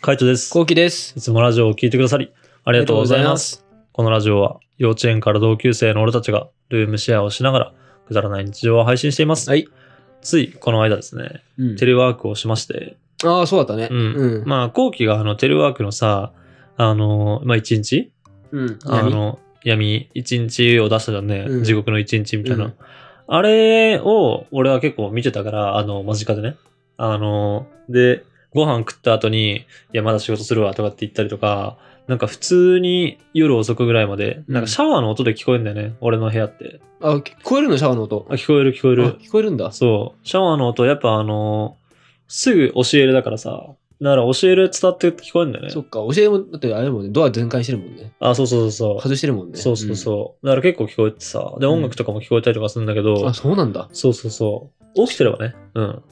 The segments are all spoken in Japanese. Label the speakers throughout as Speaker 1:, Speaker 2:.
Speaker 1: カイトです。
Speaker 2: こうきです。
Speaker 1: いつもラジオを聞いてくださり、ありがとうございます。このラジオは、幼稚園から同級生の俺たちが、ルームシェアをしながら、くだらない日常を配信しています。
Speaker 2: はい。
Speaker 1: つい、この間ですね、
Speaker 2: うん
Speaker 1: テレワークをしまして、
Speaker 2: ああ、そうだったね。
Speaker 1: うん
Speaker 2: うん。
Speaker 1: まあ、後期が、あの、テレワークのさ、あの、まあ、一日
Speaker 2: うん。
Speaker 1: あの、闇、一日を出したじゃんね、
Speaker 2: うん
Speaker 1: 地獄の一日みたいな。
Speaker 2: うん
Speaker 1: あれを、俺は結構見てたから、あの、間近でね。あの、で、ご飯食った後に、いや、まだ仕事するわ、とかって言ったりとか、なんか普通に夜遅くぐらいまで、
Speaker 2: うん
Speaker 1: なんかシャワーの音で聞こえるんだよね、俺の部屋って。
Speaker 2: あ、聞こえるのシャワーの音。
Speaker 1: あ、聞こえる聞こえ
Speaker 2: あ
Speaker 1: る。
Speaker 2: 聞こえるんだ。
Speaker 1: そう。シャワーの音、やっぱあの、すぐ教えるだからさ、だから教える伝わって聞こえるんだよね
Speaker 2: そ。っか、教えも、だってあれだもんね、ドア全開してるもんね。
Speaker 1: あ、そうそうそうそう。
Speaker 2: 外してるもんね。
Speaker 1: そうそうそう。だから結構聞こえてさ、で、音楽とかも聞こえたりとかするんだけど、
Speaker 2: うん。あ、そうなんだ。
Speaker 1: そうそうそう。起きてればね。うん。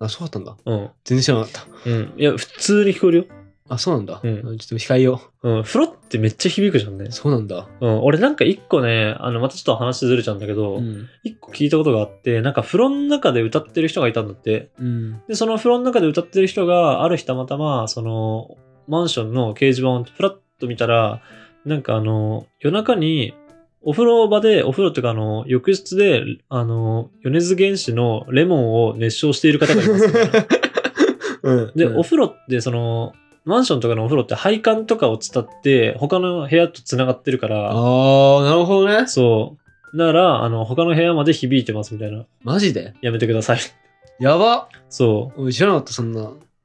Speaker 2: あ、そうだったんだ。
Speaker 1: うん。
Speaker 2: 全然知らなかった。
Speaker 1: うん。いや、普通に聞こえるよ。
Speaker 2: あ、そうなんだ。
Speaker 1: うん
Speaker 2: あちょっと控えよ
Speaker 1: うん。風呂ってめっちゃ響くじゃんね
Speaker 2: う。。そうなんだ。
Speaker 1: うん。俺なんか一個ね、あの、またちょっと話ずれちゃうんだけど
Speaker 2: う、ん。
Speaker 1: 一、個聞いたことがあって、なんか風呂の中で歌ってる人がいたんだって。
Speaker 2: うん。
Speaker 1: で、その風呂の中で歌ってる人が、ある日たまたま、その、マンションの掲示板をプラッと見たら、なんかあの、夜中に、お風呂場で、お風呂っていうかあの、浴室で、あの、米津玄師のレモンを熱唱している方がいます、
Speaker 2: うん。
Speaker 1: で、
Speaker 2: うん
Speaker 1: お風呂ってそのマンションとかのお風呂って配管とかを伝って他の部屋とつながってるから
Speaker 2: ああ、なるほどね。
Speaker 1: そうだからあの他の部屋まで響いてますみたいな
Speaker 2: マジで
Speaker 1: やめてください
Speaker 2: やば。
Speaker 1: そ
Speaker 2: 俺知らなかった、そんな。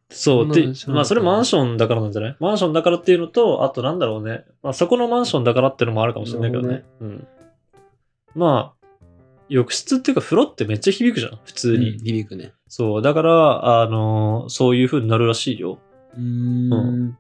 Speaker 1: うそう
Speaker 2: そんな
Speaker 1: で
Speaker 2: の知らなかった
Speaker 1: まあそれマンションだからなんじゃないマンションだからっていうのとあとなんだろうね、まあ、そこのマンションだからっていうのもあるかもしれないけどね
Speaker 2: なる
Speaker 1: うん、まあ浴室っていうか風呂ってめっちゃ響くじゃん普通に、
Speaker 2: うん響くね。
Speaker 1: そうだからあのーそういう風になるらしいよ、
Speaker 2: うーん。な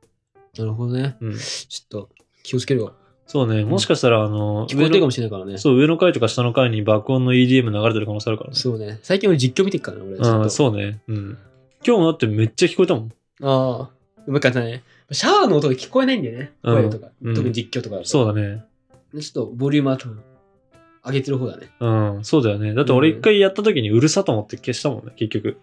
Speaker 2: るほどね。
Speaker 1: うん、
Speaker 2: ちょっと気をつけるわ。
Speaker 1: そうねもしかしたらあのー
Speaker 2: 聞こえてるかもしれないからね。
Speaker 1: そう、上の階とか下の階に爆音の EDM 流れてる可能性あるからね。
Speaker 2: そうね。最近俺実況見てっからね、俺。ずっと
Speaker 1: うん、そうね。うん。今日もだってめっちゃ聞こえたもん。
Speaker 2: ああ。うまくやったね。シャワーの音が聞こえないんだよね。
Speaker 1: うん
Speaker 2: 声とか。
Speaker 1: うん
Speaker 2: 特に実況とかだと。
Speaker 1: そうだね。
Speaker 2: ちょっとボリュームは多分上げてる方だね。
Speaker 1: うん、そうだよね。だって俺一回やった時にうるさと思って消したもんね、結局。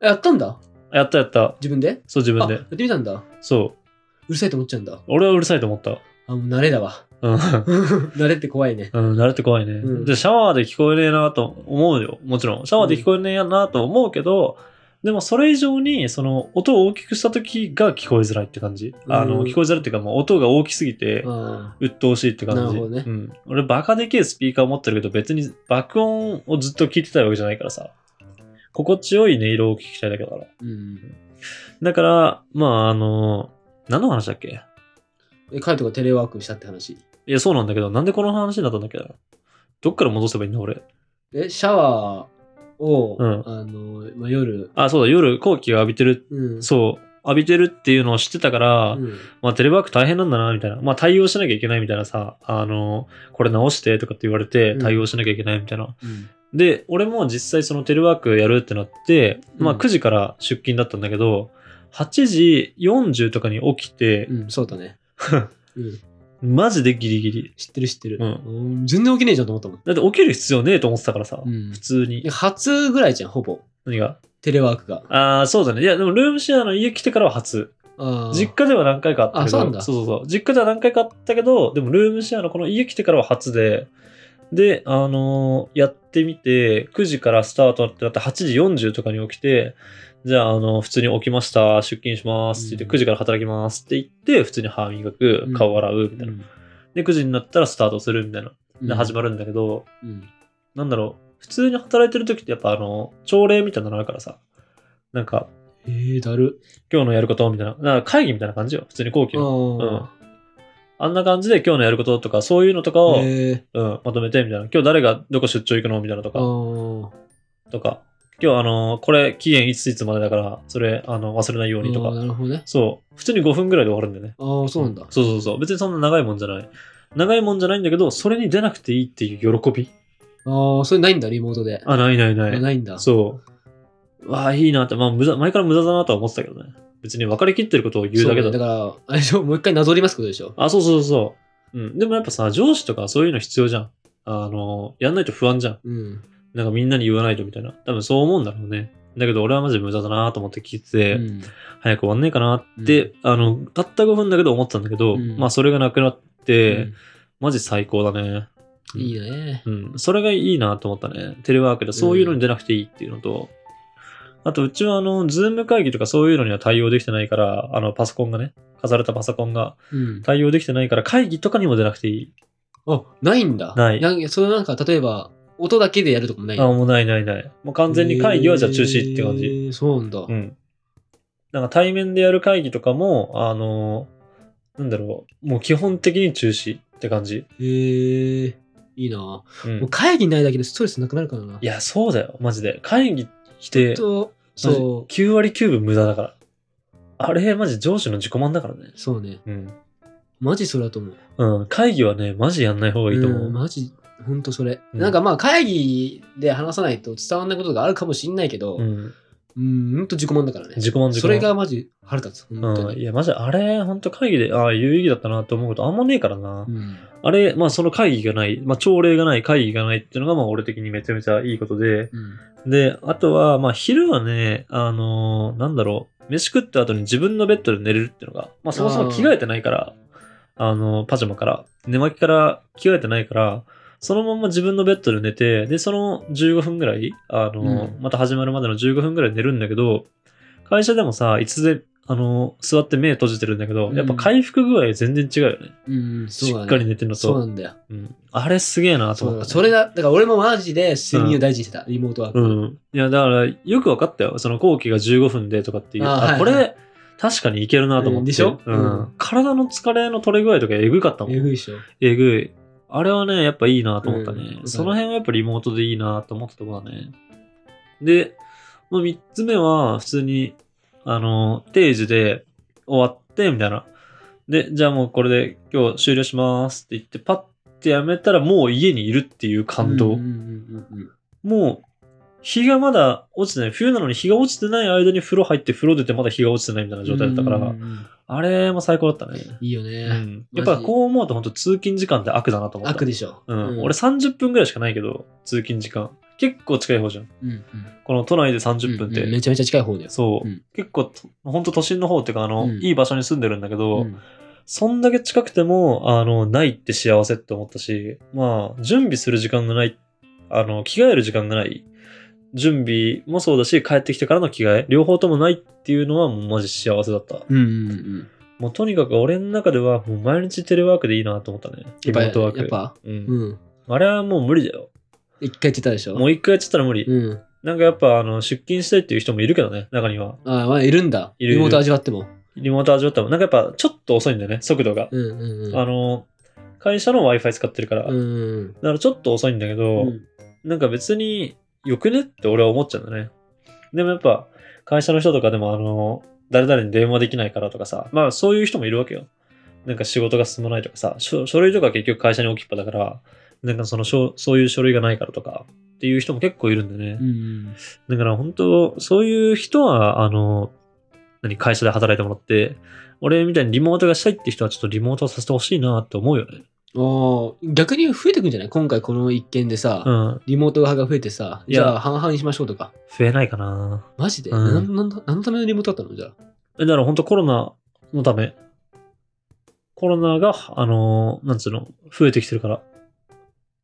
Speaker 2: あやったんだ
Speaker 1: やったやった。
Speaker 2: 自分で
Speaker 1: そう、自分
Speaker 2: あ
Speaker 1: で
Speaker 2: やっ。てみたんだ。
Speaker 1: そう。
Speaker 2: うるさいと思っちゃうんだ。
Speaker 1: 俺はうるさいと思った。
Speaker 2: あ、もう慣れだわ。
Speaker 1: うん。
Speaker 2: 慣れって怖いね。
Speaker 1: うん、慣れて怖いね。
Speaker 2: うん
Speaker 1: で、シャワーで聞こえねえなと思うよ。もちろん。シャワーで聞こえねえなと思うけど、でもそれ以上に、その、音を大きくした時が聞こえづらいって感じ。あ
Speaker 2: う
Speaker 1: の、
Speaker 2: ん
Speaker 1: 聞こえづらいっていうか、もう音が大きすぎて、
Speaker 2: あ
Speaker 1: 鬱陶しいって感じ。
Speaker 2: なるほどね
Speaker 1: うん。俺、バカでけえスピーカー持ってるけど、別に爆音をずっと聞いてたいわけじゃないからさ。心地よい音色を聞きたいだけだから。
Speaker 2: あ。うん。
Speaker 1: だから、まあ、あの、何の話だっけ
Speaker 2: え、カイトがテレワークしたって話。
Speaker 1: いや、そうなんだけど、なんでこの話になったんだっけなどっから戻せばいいんだ、俺。
Speaker 2: え、シャワーを、
Speaker 1: うん
Speaker 2: あの、まあ、夜、
Speaker 1: あ、そうだ、夜、後期が浴びてる、
Speaker 2: うん。
Speaker 1: そう、浴びてるっていうのを知ってたから、
Speaker 2: うん。
Speaker 1: まあ、テレワーク大変なんだな、みたいな。まあ、対応しなきゃいけないみたいなさ、あの、これ直してとかって言われて、対応しなきゃいけないみたいな。
Speaker 2: うん。
Speaker 1: で、俺も実際そのテレワークやるってなって、まあ
Speaker 2: うん
Speaker 1: 9時から出勤だったんだけど、8時40とかに起きて、
Speaker 2: うん、そう だね。うん。
Speaker 1: マジでギリギリ。
Speaker 2: 知ってる知ってる。
Speaker 1: うん
Speaker 2: ん全然起きねえじゃんと思ったもん。
Speaker 1: だって起きる必要ねえと思ってたからさ、
Speaker 2: うん
Speaker 1: 普通に
Speaker 2: で。初ぐらいじゃん、ほぼ。
Speaker 1: 何が
Speaker 2: テレワークが。
Speaker 1: ああ、そうだね。いや、でもルームシェアの家来てからは初。
Speaker 2: あー
Speaker 1: 実家では何回かあったけど、
Speaker 2: あそうなんだ
Speaker 1: そうそうそう実家では何回かあったけど、でもルームシェアのこの家来てからは初で、で、あのーやってみて、9時からスタートってなって、8時40とかに起きて、じゃあ、あの、普通に起きました、出勤しますって言っ
Speaker 2: うん
Speaker 1: て、9時から働きますって言って、普通に歯磨く
Speaker 2: うん、
Speaker 1: 顔洗うみたいな。
Speaker 2: うん
Speaker 1: で、9時になったらスタートするみたいな。で、始
Speaker 2: ま
Speaker 1: まるんだけど、
Speaker 2: る。うん
Speaker 1: なんだろう、普通に働いてる時ってやっぱ、あの、朝礼みたいなのあるからさ、なんか、
Speaker 2: えー、だる。
Speaker 1: 今日のやることみたいな、なんか会議みたいな感じよ、普通に後期の。
Speaker 2: あ
Speaker 1: あんな感じで今日のやることとか、そういうのとかを、
Speaker 2: ーえー
Speaker 1: うん、まとめてみたいな。今日誰がどこ出張行くのみたいなと
Speaker 2: あ
Speaker 1: か、
Speaker 2: ー
Speaker 1: とか。今日あの、これ期限いついつまでだから、それあの忘れないようにと
Speaker 2: あ
Speaker 1: か。
Speaker 2: ーなるほどね。
Speaker 1: そう。普通に5分ぐらいで終わるんだよね。
Speaker 2: ああ、そうなんだ。
Speaker 1: そうそうそう。別にそんな長いもんじゃない。長いもんじゃないんだけど、それに出なくていいっていう喜び
Speaker 2: ああ、それないんだ、リモートで。
Speaker 1: あ、ないないな
Speaker 2: あ
Speaker 1: い。
Speaker 2: ないんだ。
Speaker 1: そう。わあ、いいなって。まあ、無駄、前から無駄だなとは思ってたけどね。別に分かりきってることを言うだけだ
Speaker 2: そうねだから、あれでしょ、もう一回なぞりますことでしょ。
Speaker 1: あ、そうそうそう。うん。でもやっぱさ、上司とかそういうの必要じゃん。あの、やんないと不安じゃん。
Speaker 2: うん。
Speaker 1: なんかみんなに言わないとみたいな。多分そう思うんだろうね。だけど俺はマジ無駄だなと思って聞いてて、
Speaker 2: うん
Speaker 1: 早く終わんねえかなって、あの、たった5分だけど思ってたんだけど、
Speaker 2: うん
Speaker 1: まあそれがなくなって、
Speaker 2: うん
Speaker 1: マジ最高だね。
Speaker 2: いいね。
Speaker 1: うん、それがいいなと思ったね。テレワークでそういうのに出なくていいっていうのと、あとうちはあの、ズーム会議とかそういうのには対応できてないから、あの、パソコンがね、飾れたパソコンが
Speaker 2: うん。
Speaker 1: 対応できてないから、会議とかにも出なくてい
Speaker 2: あ、ないんだ。
Speaker 1: ない
Speaker 2: んかそのなんか、例えば、音だけでやるとかもない
Speaker 1: い。あ、もうないないない。もう完全に会議はじゃあ中止って感
Speaker 2: え
Speaker 1: じ。
Speaker 2: ーそうなんだ。
Speaker 1: うん。なんか対面でやる会議とかも、あの、なんだろう、もう基本的に中止って感じ。
Speaker 2: へえいいな。も
Speaker 1: うん
Speaker 2: う会議ないだけでストレスなくなるからな。
Speaker 1: いや、そうだよ、マジで。会議して、
Speaker 2: と、そ
Speaker 1: 9割9分無駄だから。あれ、マジ上司の自己満だからね
Speaker 2: う。。そうね。
Speaker 1: うん。
Speaker 2: マジそれだと思う。
Speaker 1: うん。会議はね、マジやんない方がいいと思う。
Speaker 2: んマジ、ほんとそれ。
Speaker 1: うん
Speaker 2: なんかまあ、会議で話さないと伝わんないことがあるかもしんないけど、
Speaker 1: う。
Speaker 2: うんん、ほんと自己満だからね。
Speaker 1: 自己満自己満。
Speaker 2: それがマジ腹立つ。ほんと
Speaker 1: うん。
Speaker 2: に。
Speaker 1: いや、マジ、あれ、本当会議で、ああ、有意義だったなって思うことあんまねえからな。
Speaker 2: うん。
Speaker 1: あれ、まあ、その会議がない、まあ、朝礼がない、会議がないっていうのが、まあ、俺的にめちゃめちゃいいことで。
Speaker 2: うん。
Speaker 1: で、あとは、まあ、昼はね、あのーなんだろう、飯食った後に自分のベッドで寝れるっていうのが、まあ、そもそも着替えてないから、あのーパジャマから、寝巻きから着替えてないから、そのまま自分のベッドで寝て、で、その15分ぐらい、あのー
Speaker 2: う
Speaker 1: また始まるまでの15分ぐらい寝るんだけど、会社でもさ、いつで、あのー座って目閉じてるんだけど、
Speaker 2: うん
Speaker 1: やっぱ回復具合全然違うよね。
Speaker 2: うん、そう
Speaker 1: し
Speaker 2: だね
Speaker 1: っかり寝てるの
Speaker 2: そう
Speaker 1: と。
Speaker 2: なんだよ。
Speaker 1: うんあれすげえなと
Speaker 2: そ
Speaker 1: 思っ
Speaker 2: う
Speaker 1: た。
Speaker 2: それだ、だから俺もマジで睡眠を大事にしてた、リモートワーク。
Speaker 1: うん。いや、だから、よく分かったよ。その後期が15分でとかっていう。
Speaker 2: あー
Speaker 1: あ、
Speaker 2: はいはい
Speaker 1: これ、確かにいけるなと思って。
Speaker 2: でしょ
Speaker 1: う。
Speaker 2: うん
Speaker 1: 体の疲れの取れ具合とかえぐかったもん。
Speaker 2: えぐいでしょ。
Speaker 1: えぐい。あれはね、やっぱいいなと思ったね。
Speaker 2: うん
Speaker 1: その辺はやっぱリモートでいいなと思ったところだね。で、まあ、3つ目は、普通に、あの、定時で終わって、みたいな。で、じゃあもうこれで今日終了しますって言って、パッてやめたらもう家にいるっていう感動。
Speaker 2: うんうんうんうん
Speaker 1: もう、日がまだ落ちてない。冬なのに日が落ちてない間に風呂入って風呂出てまだ日が落ちてないみたいな状態だったから、
Speaker 2: うんうんうん
Speaker 1: あれも最高だったね。
Speaker 2: いいよ
Speaker 1: う
Speaker 2: ね。
Speaker 1: ん、やっぱこう思うと本当通勤時間って悪だなと思った。
Speaker 2: 悪でしょ。
Speaker 1: うん俺、30分ぐらいしかないけど、通勤時間。結構近い方じゃん。
Speaker 2: うんうん
Speaker 1: この都内で30分って。
Speaker 2: うんうんめちゃめちゃ近い方だよ。
Speaker 1: そう、
Speaker 2: うん
Speaker 1: 結構と、本当都心の方っていうか、あの、
Speaker 2: うん
Speaker 1: いい場所に住んでるんだけど、
Speaker 2: うん
Speaker 1: そんだけ近くても、あの、ないって幸せって思ったし、まあ、準備する時間がない、あの、着替える時間がない、準備もそうだし、帰ってきてからの着替え、両方ともないっていうのは、もうマジ幸せだった。
Speaker 2: うんうんうん。
Speaker 1: もうとにかく俺の中では、もう毎日テレワークでいいなと思ったね。リモ
Speaker 2: や
Speaker 1: ー
Speaker 2: っぱ、
Speaker 1: ト
Speaker 2: や
Speaker 1: ワー
Speaker 2: っ
Speaker 1: ク。
Speaker 2: ぱ、
Speaker 1: う。
Speaker 2: うんん。
Speaker 1: あれはもう無理だよ。
Speaker 2: 一回言ってたでしょ。
Speaker 1: もう一回やっちゃったら無理。
Speaker 2: うん。
Speaker 1: なんかやっぱ、あの、出勤したいっていう人もいるけどね、中には。
Speaker 2: ああ、まあ、いるんだ。
Speaker 1: いるいる
Speaker 2: リモート味わっても。
Speaker 1: リモート味わったもん。なんかやっぱ、ちょっと遅いんだよね、速度が。
Speaker 2: うんうんうん。
Speaker 1: あの、会社の Wi-Fi 使ってるから。
Speaker 2: うんうん
Speaker 1: だからちょっと遅いんだけ
Speaker 2: う
Speaker 1: ど、
Speaker 2: ん。うん
Speaker 1: なんか別によくねって俺は思っちゃうんだね。でもやっぱ会社の人とかでもあの、誰々に電話できないからとかさ、まあそういう人もいるわけよ。なんか仕事が進まないとかさ、書書類とか結局会社に置きっぱだから、なんかその書そういう書類がないからとかっていう人も結構いるんでね。
Speaker 2: うん。
Speaker 1: だから本当、そういう人は、あの、何、会社で働いてもらって、俺みたいにリモートがしたいって人はちょっとリモートさせてほしいなって思うよね。
Speaker 2: ああ、逆に増えてくんじゃない今回この一件で
Speaker 1: う
Speaker 2: さ、
Speaker 1: ん。
Speaker 2: リモート派が増えてさ、
Speaker 1: い
Speaker 2: じ
Speaker 1: や
Speaker 2: ゃあ半々にしましょうとか。
Speaker 1: 増えないかな
Speaker 2: マジで
Speaker 1: うん
Speaker 2: なんなんだ何のためのリモートだったのじゃあ。
Speaker 1: え、だから本当コロナのため。コロナが、あのーなんつうの、増えてきてるから。っ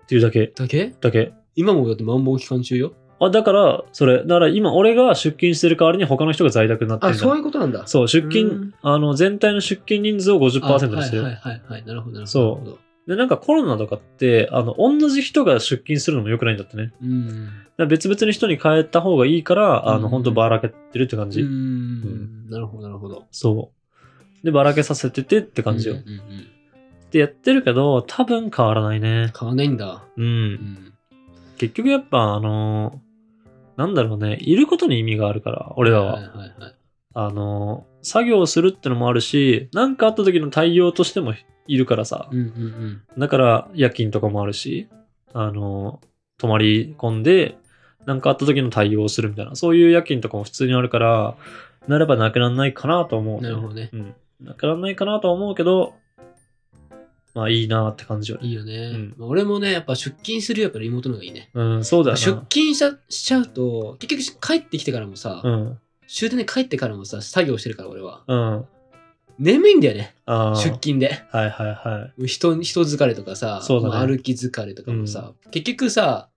Speaker 1: ていうだけ、
Speaker 2: だけ
Speaker 1: だけ。
Speaker 2: 今もだってマンボウ期間中よ。
Speaker 1: あ、だから、それ、だから今、俺が出勤してる代わりに他の人が在宅になってる
Speaker 2: あ、
Speaker 1: んだ
Speaker 2: そういうことなんだ。
Speaker 1: そう、出
Speaker 2: う
Speaker 1: 勤
Speaker 2: ん、
Speaker 1: あの、全体の出勤人数を
Speaker 2: あはい
Speaker 1: 50%にしてる。
Speaker 2: はいはいはい。なるほど、なるほど。
Speaker 1: そう
Speaker 2: なるほど。
Speaker 1: で、なんかコロナとかって、あの、同じ人が出勤するのも良くないんだってね。だか
Speaker 2: うん。
Speaker 1: ら別々の人に変えた方がいいから、あ
Speaker 2: うん
Speaker 1: の、本当ばらけてるって感じ。
Speaker 2: うん。なるほど、なるほど。
Speaker 1: そう。で、ばらけさせててって感じよ。
Speaker 2: うんうんうん
Speaker 1: ってやってるけど、多分変わらないね。
Speaker 2: 買わないんだ。
Speaker 1: う。
Speaker 2: うんん。
Speaker 1: 結局やっぱ、あのーなんだろうね、いることに意味があるから、俺らは。
Speaker 2: はいはいはい。
Speaker 1: あのー作業をするってのもあるし、なんかあった時の対応としてもいるからさ
Speaker 2: う。んうんうん。
Speaker 1: だから、夜勤とかもあるし、あのー泊まり込んで、なんかあった時の対応をするみたいな、そういう夜勤とかも普通にあるから、なればなくならないかなと思うね、
Speaker 2: なるほどね。
Speaker 1: うん。なくならないかなとは思うけど、まあいいなって感じは。
Speaker 2: いいよね。
Speaker 1: ん
Speaker 2: まあ俺もね、やっぱ出勤するよりやっぱリモートの方がいいね。
Speaker 1: うん、そうだよ
Speaker 2: 出
Speaker 1: な。
Speaker 2: 勤しちゃしちゃうと、結局し帰ってきてからもさ、
Speaker 1: うん、
Speaker 2: 終電で帰ってからもさ、作業してるから俺は。
Speaker 1: うん。
Speaker 2: 眠いんだよね、
Speaker 1: ああ。
Speaker 2: 出勤で。
Speaker 1: はいはいはい。
Speaker 2: 人人疲れとかさ、
Speaker 1: そうだね
Speaker 2: まあ歩き疲れとかもさ、結局さ、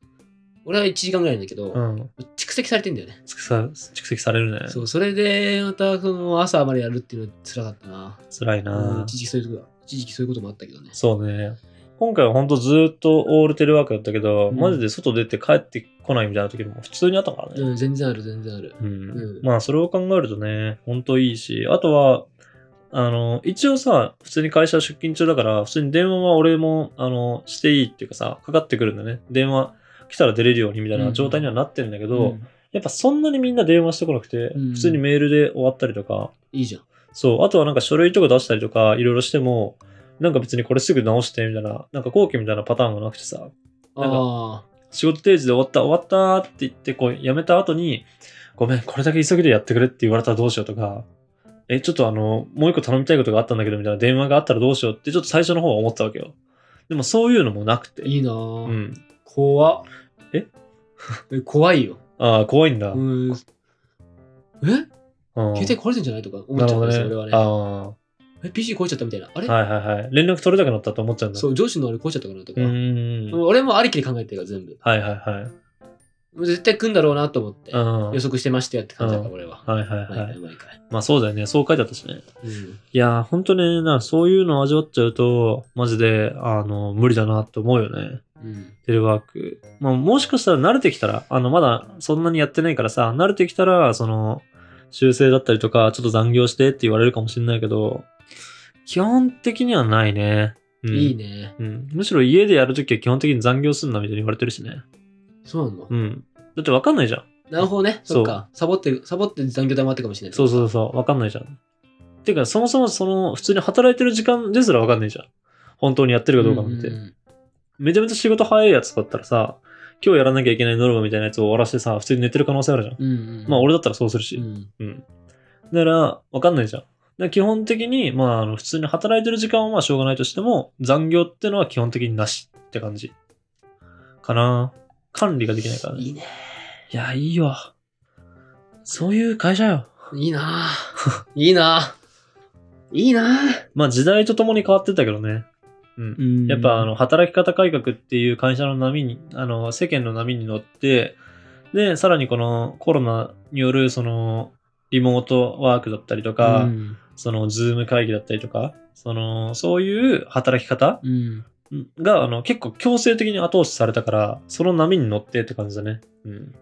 Speaker 2: 俺は1時間ぐらいなんだけど、
Speaker 1: うん。
Speaker 2: 蓄積されてんだよね。
Speaker 1: つくさ蓄積されるね。
Speaker 2: そう、それでまたその朝までやるっていうのは辛かったな。
Speaker 1: 辛い
Speaker 2: うん
Speaker 1: な。
Speaker 2: 一時期そういうことが一時期そういうこともあったけどね。
Speaker 1: そうね。今回は本当ずーっとオールテレワークだったけど、
Speaker 2: うん
Speaker 1: マジで外出て帰ってこないみたいな時も普通にあったからね。
Speaker 2: うん、全然ある、全然ある。
Speaker 1: うん。
Speaker 2: うん
Speaker 1: まあ、それを考えるとね、本当いいし、あとは、あの、一応さ、普通に会社出勤中だから、普通に電話は俺も、あの、していいっていうかさ、かかってくるんだね。電話来たら出れるようにみたいな状態にはなってんだけど、
Speaker 2: うん
Speaker 1: やっぱそんなにみんな電話してこなくて、
Speaker 2: ん
Speaker 1: 普通にメールで終わったりとか、
Speaker 2: いいじゃん。
Speaker 1: そう、あとはなんか書類とか出したりとか、いろいろしても、なんか別にこれすぐ直してみたいな、なんか後期みたいなパターンがなくてさ、なんか
Speaker 2: あ
Speaker 1: 仕事定時で終わった、終わったって言って、こう、やめた後に、ごめん、これだけ急ぎでやってくれって言われたらどうしようとか、え、ちょっとあの、もう一個頼みたいことがあったんだけど、みたいな電話があったらどうしようって、ちょっと最初の方は思ってたわけよ。でもそういうのもなくて
Speaker 2: あ、。いいな
Speaker 1: う
Speaker 2: ぁ、
Speaker 1: ん。
Speaker 2: 怖っ
Speaker 1: え
Speaker 2: え怖いよ。
Speaker 1: ああ、怖いんだ。
Speaker 2: うん。え携
Speaker 1: うん
Speaker 2: 帯壊れてんじゃないとか思
Speaker 1: な
Speaker 2: っ
Speaker 1: る
Speaker 2: ちゃう
Speaker 1: ほど
Speaker 2: んです
Speaker 1: ね
Speaker 2: よ、俺は。ね。
Speaker 1: あ
Speaker 2: え、PC 壊れちゃったみたいな。あれ、
Speaker 1: あ。はいはいはい。連絡取れなくなったと思っちゃうんだ。
Speaker 2: そう、上司のあれ壊れちゃったかなとか。
Speaker 1: うーん。
Speaker 2: 俺もありきで考えてるから、全部。
Speaker 1: はいはいはい。
Speaker 2: もう絶対来んだろうなと思って、
Speaker 1: うん。
Speaker 2: 予測してましたよって感じだから、俺は。
Speaker 1: はいはい
Speaker 2: 毎
Speaker 1: は
Speaker 2: 回
Speaker 1: い。
Speaker 2: 毎回。
Speaker 1: まあそうだよね。そう書いてあったしね。
Speaker 2: うん
Speaker 1: いやー、ほんとね、なんかそういうのを味わっちゃうと、マジで、あの、無理だなって思うよね。
Speaker 2: うん。
Speaker 1: テレワーク。まあもしかしたら慣れてきたら、あの、まだそんなにやってないからさ、慣れてきたら、その、修正だったりとか、ちょっと残業してって言われるかもしれないけど、基本的にはないね。うん、
Speaker 2: いい。ね。
Speaker 1: うん。むしろ家でやるときは基本的に残業すんなみたいに言われてるしね。
Speaker 2: そうなの、
Speaker 1: うん。だってわかんないじゃん。
Speaker 2: なるほどね。
Speaker 1: そ
Speaker 2: そうっか。サボってる、サボって残業代もあったかもしれない。
Speaker 1: そうそうそう、わかんないじゃん。てか、そもそもその、普通に働いてる時間ですらわかんないじゃん。本当にやってるかどうかなんて。
Speaker 2: んんん
Speaker 1: めちゃめちゃ仕事早いやつだったらさ、今日やらなきゃいけないノルマみたいなやつを終わらせてさ、普通に寝てる可能性あるじゃん。
Speaker 2: うんうん。
Speaker 1: まあ、俺だったらそうするし。
Speaker 2: うん。
Speaker 1: うん。だから、わかんないじゃん。だから基本的に、まあ、あの普通に働いてる時間はまあしょうがないとしても、残業ってのは基本的になしって感じ。かな。管理ができないからね。
Speaker 2: い
Speaker 1: い
Speaker 2: いね。
Speaker 1: や、いいよ。そういう会社よ。
Speaker 2: いいなぁいいなぁいいなぁ
Speaker 1: まあ時代とともに変わってったけどね。うん。やっぱあ、の働き方改革っていう会社の波に、あの世間の波に乗って、で、さらにこのコロナによるそのリモートワークだったりとか、
Speaker 2: うん
Speaker 1: そのズーム会議だったりとか、そのそういう働き方
Speaker 2: うん。
Speaker 1: があの結構強制的に後押しされたから、その波に乗ってって感じだね。うん。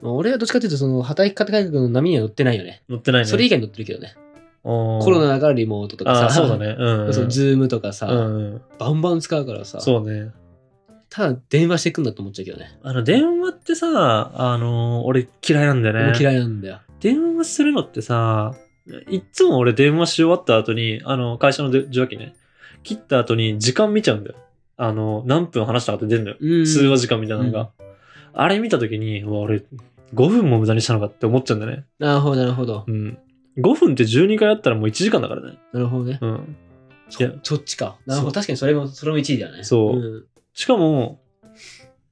Speaker 2: まあ俺はどっちかというと、その、働き方改革の波には乗ってないよね。
Speaker 1: 乗ってないね。
Speaker 2: それ以外に乗ってるけどね。
Speaker 1: コ
Speaker 2: コロナだからリモートとか
Speaker 1: あ
Speaker 2: さ、
Speaker 1: あ、そうだね。うん、うん。
Speaker 2: そのズームとか
Speaker 1: う
Speaker 2: さ、
Speaker 1: んうん。
Speaker 2: バンバン使うからさ、
Speaker 1: そうね。
Speaker 2: ただ電話してくんだと思っちゃうけどね。
Speaker 1: あの、電話ってさ、あのー俺嫌いなんだよ
Speaker 2: 俺
Speaker 1: ね。
Speaker 2: も嫌いなんだよ。
Speaker 1: 電話するのってさ、いっつも俺電話し終わった後に、あの、会社ので受話器ね、切った後に時間見ちゃうんだよ。あの、何分話したかって出んだよ。
Speaker 2: うん
Speaker 1: 通話時間みたいなのが。あれ見た時に、うわ、俺、5分も無駄にしたのかって思っちゃうんだね。
Speaker 2: なるほど、なるほど
Speaker 1: う。ん。5分って12回あったらもう1時間だからね。
Speaker 2: なるほどね。
Speaker 1: うん。い
Speaker 2: そ
Speaker 1: や
Speaker 2: そっちか。なるほ
Speaker 1: そう
Speaker 2: ど。確かにそれも、それも1位だよね。
Speaker 1: そうしかも、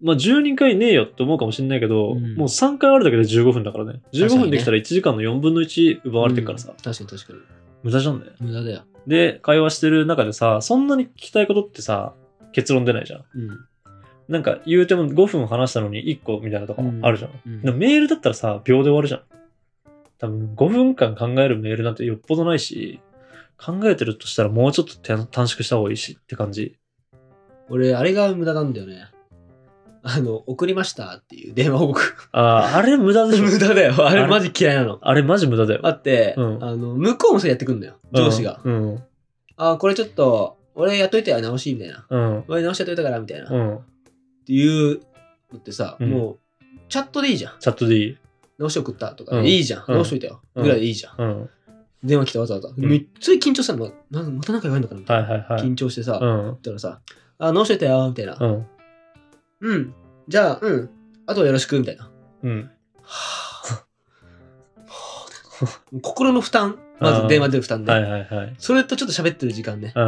Speaker 1: まあ、12回ねえよって思うかもしれないけど、
Speaker 2: うん
Speaker 1: もう3回あるだけで15分だからね。
Speaker 2: 確か
Speaker 1: 15
Speaker 2: にね
Speaker 1: 分できたら1時間の4分の1奪
Speaker 2: ん。
Speaker 1: われてるからさ、
Speaker 2: うん確かに確か
Speaker 1: 無駄じゃんね。
Speaker 2: に。無駄だよ。
Speaker 1: で、会話してる中でさ、そんなに聞きたいことってさ、結論出ないじゃん。
Speaker 2: うん。
Speaker 1: なんか言うても5分話したのに1個みたいなとかあるじゃん。
Speaker 2: うん
Speaker 1: でもメールだったらさ、秒で終わるじゃん。多分5分間考えるメールなんてよっぽどないし、考えてるとしたらもうちょっと手短縮した方がいいしって感じ。
Speaker 2: 俺、あれが無駄なんだよね。あの、送りましたっていう電話報告。
Speaker 1: あーあれ無駄でしょ。
Speaker 2: 無駄だよ。あ
Speaker 1: あ
Speaker 2: れ
Speaker 1: れ
Speaker 2: マジ嫌いなの。
Speaker 1: あれマジ無駄だよ。
Speaker 2: あって、
Speaker 1: うん
Speaker 2: あの、向こうもそれやってくんだよ。上司が。
Speaker 1: うん。うん。
Speaker 2: あ、これちょっと、俺やっといてよ、直し、みたいな。
Speaker 1: うん。
Speaker 2: 俺直しやっといたから、みたいな。
Speaker 1: う
Speaker 2: っ
Speaker 1: ん。
Speaker 2: ていうのってさ、
Speaker 1: うん
Speaker 2: もう、チャットでいいじゃん。
Speaker 1: チャットでいい。
Speaker 2: 直し送ったとか、
Speaker 1: うん
Speaker 2: いいじゃん。
Speaker 1: うん
Speaker 2: 直しといたよ。
Speaker 1: うん
Speaker 2: ぐらいでいいじゃん。
Speaker 1: うん。
Speaker 2: 電話来たわざわざ。
Speaker 1: ん
Speaker 2: めっちゃ緊張したの。なまたなんか言われるのかなみた
Speaker 1: はいい
Speaker 2: な
Speaker 1: はいはい。
Speaker 2: 緊張してさ、
Speaker 1: う
Speaker 2: 言っ
Speaker 1: ん。
Speaker 2: たらさ、あ、直しといたよ、みたいな
Speaker 1: う。ん。
Speaker 2: うん。じゃあ、うん。あとはよろしく、みたいな。
Speaker 1: うん。
Speaker 2: はあはあ心の負担。まず電話で負担
Speaker 1: はい
Speaker 2: ね。
Speaker 1: はいはい。
Speaker 2: それとちょっと喋ってる時間ね。
Speaker 1: うん。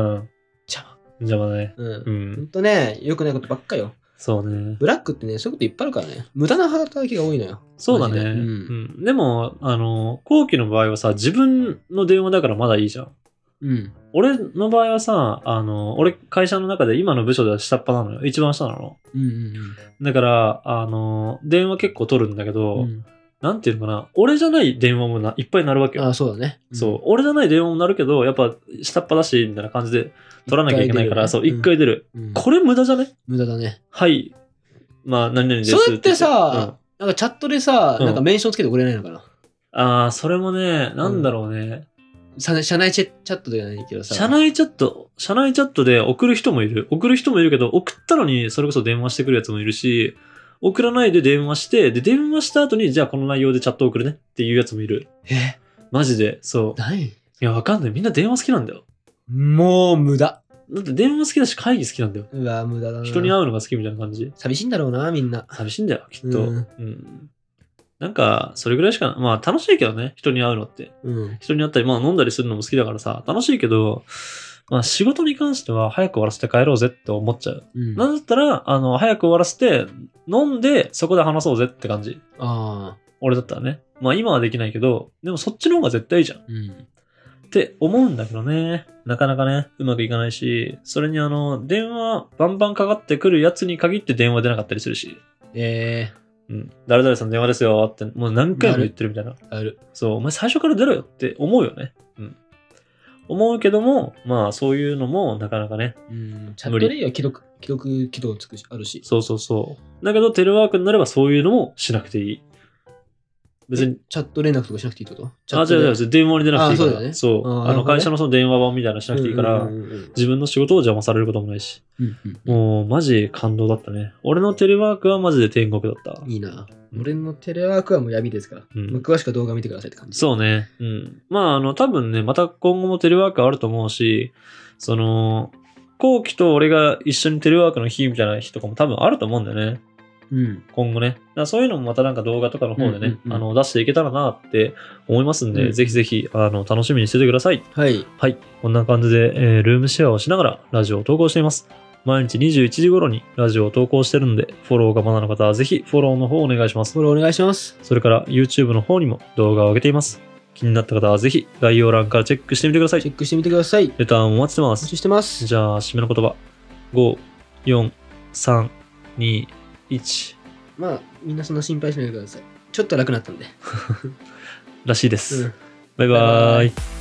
Speaker 2: 邪魔。
Speaker 1: 邪魔だね。
Speaker 2: うん
Speaker 1: う。
Speaker 2: ほ
Speaker 1: ん。
Speaker 2: んとね、良くないことばっかよ。
Speaker 1: そうね。
Speaker 2: ブラックってね、そういうこといっぱいあるからね。無駄な働きが多いのよ。
Speaker 1: そうだね。
Speaker 2: マジで
Speaker 1: う
Speaker 2: うんん
Speaker 1: でも、あの、後期の場合はさ、自分の電話だからまだいいじゃん。
Speaker 2: うん。
Speaker 1: 俺の場合はさ、あの、俺会社の中で今の部署では下っ端なのよ。一番下なの。
Speaker 2: うんうん
Speaker 1: だから、あの、電話結構取るんだけ
Speaker 2: うん
Speaker 1: ど、
Speaker 2: うん。
Speaker 1: なんていうのかな、俺じゃない電話もないっぱいなるわけよ。
Speaker 2: ああ、そうだね。
Speaker 1: そう、俺じゃない電話もなるけど、やっぱ下っ端だし、みたいな感じで取らなきゃいけないから、そう、一
Speaker 2: 出るね
Speaker 1: 回出る。
Speaker 2: うんうん
Speaker 1: これ無駄じゃね
Speaker 2: 無駄だね。
Speaker 1: はい。まあ、何々です
Speaker 2: それって
Speaker 1: 言
Speaker 2: さ、なんかチャットでさ、
Speaker 1: うん
Speaker 2: なんかメンションつけてくれないのかな
Speaker 1: うんああ、それもね、なんだろうね。
Speaker 2: さ社内チェチャットではないけどさ。
Speaker 1: 社内チャット、社内チャットで送る人もいる。送る人もいるけど、送ったのにそれこそ電話してくるやつもいるし、送らないで電話して、で、電話した後に、じゃあこの内容でチャット送るねっていうやつもいる。
Speaker 2: え
Speaker 1: マジで、そう。
Speaker 2: 何
Speaker 1: いや、わかんない。みんな電話好きなんだよ。
Speaker 2: もう無駄。
Speaker 1: だって電話好きだし、会議好きなんだよ。
Speaker 2: うわ、無駄だな。
Speaker 1: 人に会うのが好きみたいな感じ。
Speaker 2: 寂しいんだろうな、みんな。
Speaker 1: 寂しいんだよ、きっと。う
Speaker 2: うんん。
Speaker 1: なんか、それぐらいしか、まあ楽しいけどね、人に会うのって。
Speaker 2: うん。
Speaker 1: 人に会ったり、まあ飲んだりするのも好きだからさ、楽しいけど、まあ仕事に関しては早く終わらせて帰ろうぜって思っちゃう。
Speaker 2: うん、
Speaker 1: なんだったら、あの、早く終わらせて、飲んで、そこで話そうぜって感じ。
Speaker 2: ああ。
Speaker 1: 俺だったらね。まあ今はできないけど、でもそっちの方が絶対いいじゃん。っ
Speaker 2: うん。
Speaker 1: て思うんだけどね。なかなかね、うまくいかないし、それにあの、電話バンバンかかってくるやつに限って電話出なかったりするし。
Speaker 2: え
Speaker 1: うん、誰々さん電話ですよって、もう何回も言ってるみたいな。
Speaker 2: ー、ある。
Speaker 1: そう、お前最初から出ろよって思うよね。うん。思うけども、まあそういうのもなかなかね。
Speaker 2: うん。チャットでは既読、既読、既読つくし、あるし。
Speaker 1: そうそうそう。だけどテレワークになればそういうのもしなくていい。別に、
Speaker 2: チャット連絡とかしなくていいってことチャ
Speaker 1: あ、
Speaker 2: ッ
Speaker 1: 違う
Speaker 2: ト
Speaker 1: 違う
Speaker 2: で
Speaker 1: 違う、電話に出なくていいから。
Speaker 2: あそうだよね
Speaker 1: そう
Speaker 2: あー
Speaker 1: あ
Speaker 2: なる
Speaker 1: の
Speaker 2: ほどね
Speaker 1: 会社のその電話番みたいなのしなくていいから、
Speaker 2: うんうんうん
Speaker 1: 自分の仕事を邪魔されることもないし。
Speaker 2: うんうん
Speaker 1: もうマジ感動だったね。俺のテレワークはマジで天国だった。
Speaker 2: いいな
Speaker 1: う。ん
Speaker 2: 俺のテレワークはもう闇ですから。
Speaker 1: うん
Speaker 2: もう詳しくは動画見てくださいって感じ。
Speaker 1: そうね。うん。まあ、あの、多分ね、また今後もテレワークあると思うし、その、後期と俺が一緒にテレワークの日みたいな日とかも多分あると思うんだよね。
Speaker 2: うん。
Speaker 1: 今後ね。だからそういうのもまたなんか動画とかの方でね、
Speaker 2: うんうんうん
Speaker 1: あの、出していけたらなって思いますんで、
Speaker 2: うん
Speaker 1: ぜひぜひ、あの、楽しみにしててください。
Speaker 2: はい。
Speaker 1: はい。こんな感じで、えールームシェアをしながらラジオを投稿しています。毎日21時頃にラジオを投稿してるので、フォローがまだの方はぜひフォローの方お願いします。
Speaker 2: フォローお願いします。
Speaker 1: それから YouTube の方にも動画を上げています。気になった方はぜひ概要欄からチェックしてみてくださ
Speaker 2: チ
Speaker 1: い。
Speaker 2: ェックしてみてください。
Speaker 1: レターもお待ちしてま
Speaker 2: お待
Speaker 1: す。
Speaker 2: ちしてます。
Speaker 1: じゃあ、締めの言葉。5、4、3、2、1
Speaker 2: まあ、みんなそんな心配しないでください。ちょっと楽になったんで。
Speaker 1: らしいです。
Speaker 2: うん
Speaker 1: バイバ
Speaker 2: バイ
Speaker 1: ー
Speaker 2: バ
Speaker 1: イ
Speaker 2: イ。